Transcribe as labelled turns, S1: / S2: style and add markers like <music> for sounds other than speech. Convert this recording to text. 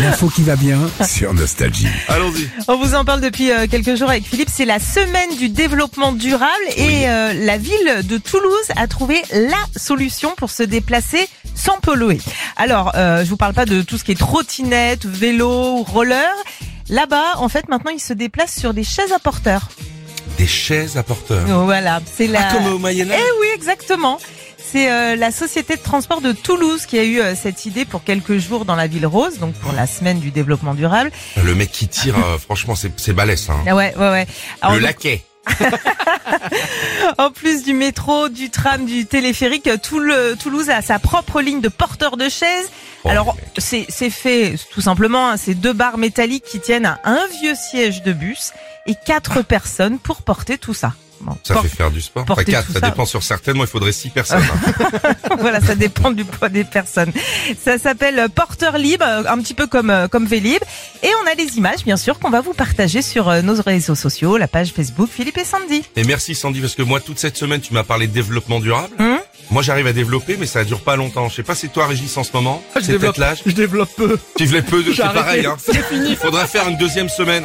S1: L'info qui va bien sur Nostalgie.
S2: Allons-y.
S3: On vous en parle depuis euh, quelques jours avec Philippe. C'est la semaine du développement durable et euh, la ville de Toulouse a trouvé la solution pour se déplacer sans polluer. Alors, euh, je vous parle pas de tout ce qui est trottinette, vélo, roller. Là-bas, en fait, maintenant, ils se déplacent sur des chaises à porteurs.
S2: Des chaises à porteurs. Ah,
S3: Donc, Voilà, c'est la.
S2: Comme au Moyen-Âge.
S3: Eh oui, exactement. C'est euh, la société de transport de Toulouse qui a eu euh, cette idée pour quelques jours dans la ville rose, donc pour la semaine du développement durable.
S2: Le mec qui tire, euh, franchement, c'est c'est balèze. Hein.
S3: Ah ouais, ouais, ouais. Alors,
S2: Le
S3: donc,
S2: laquais.
S3: en plus du métro, du tram, du téléphérique, tout le- Toulouse a sa propre ligne de porteurs de chaises.
S2: Oh,
S3: Alors
S2: mais-
S3: c'est c'est fait tout simplement, hein, c'est deux barres métalliques qui tiennent à un vieux siège de bus et quatre personnes pour porter tout ça. Bon,
S2: Ah. Ça
S3: por-
S2: fait faire du sport. Enfin,
S3: porter
S2: quatre,
S3: tout
S2: ça
S3: ça.
S2: dépend sur certainement, il faudrait six personnes. hein.
S3: <laughs> voilà, ça dépend du poids des personnes. Ça s'appelle euh, porteur libre, euh, un petit peu comme euh, comme Vélib. Et on a les images, bien sûr, qu'on va vous partager sur euh, nos réseaux sociaux, la page Facebook Philippe et Sandy.
S2: Et merci Sandy, parce que moi, toute cette semaine, tu m'as parlé de développement durable.
S3: Hum
S2: Moi, j'arrive à développer, mais ça dure pas longtemps. Je sais pas, c'est toi, Régis, en ce moment.
S4: Ah, je
S2: C'est peut-être
S4: développe,
S2: l'âge.
S4: je développe peu.
S2: Tu lèves peu de,
S4: J'ai
S2: c'est pareil,
S4: arrêté.
S2: hein. Il faudra faire une deuxième semaine.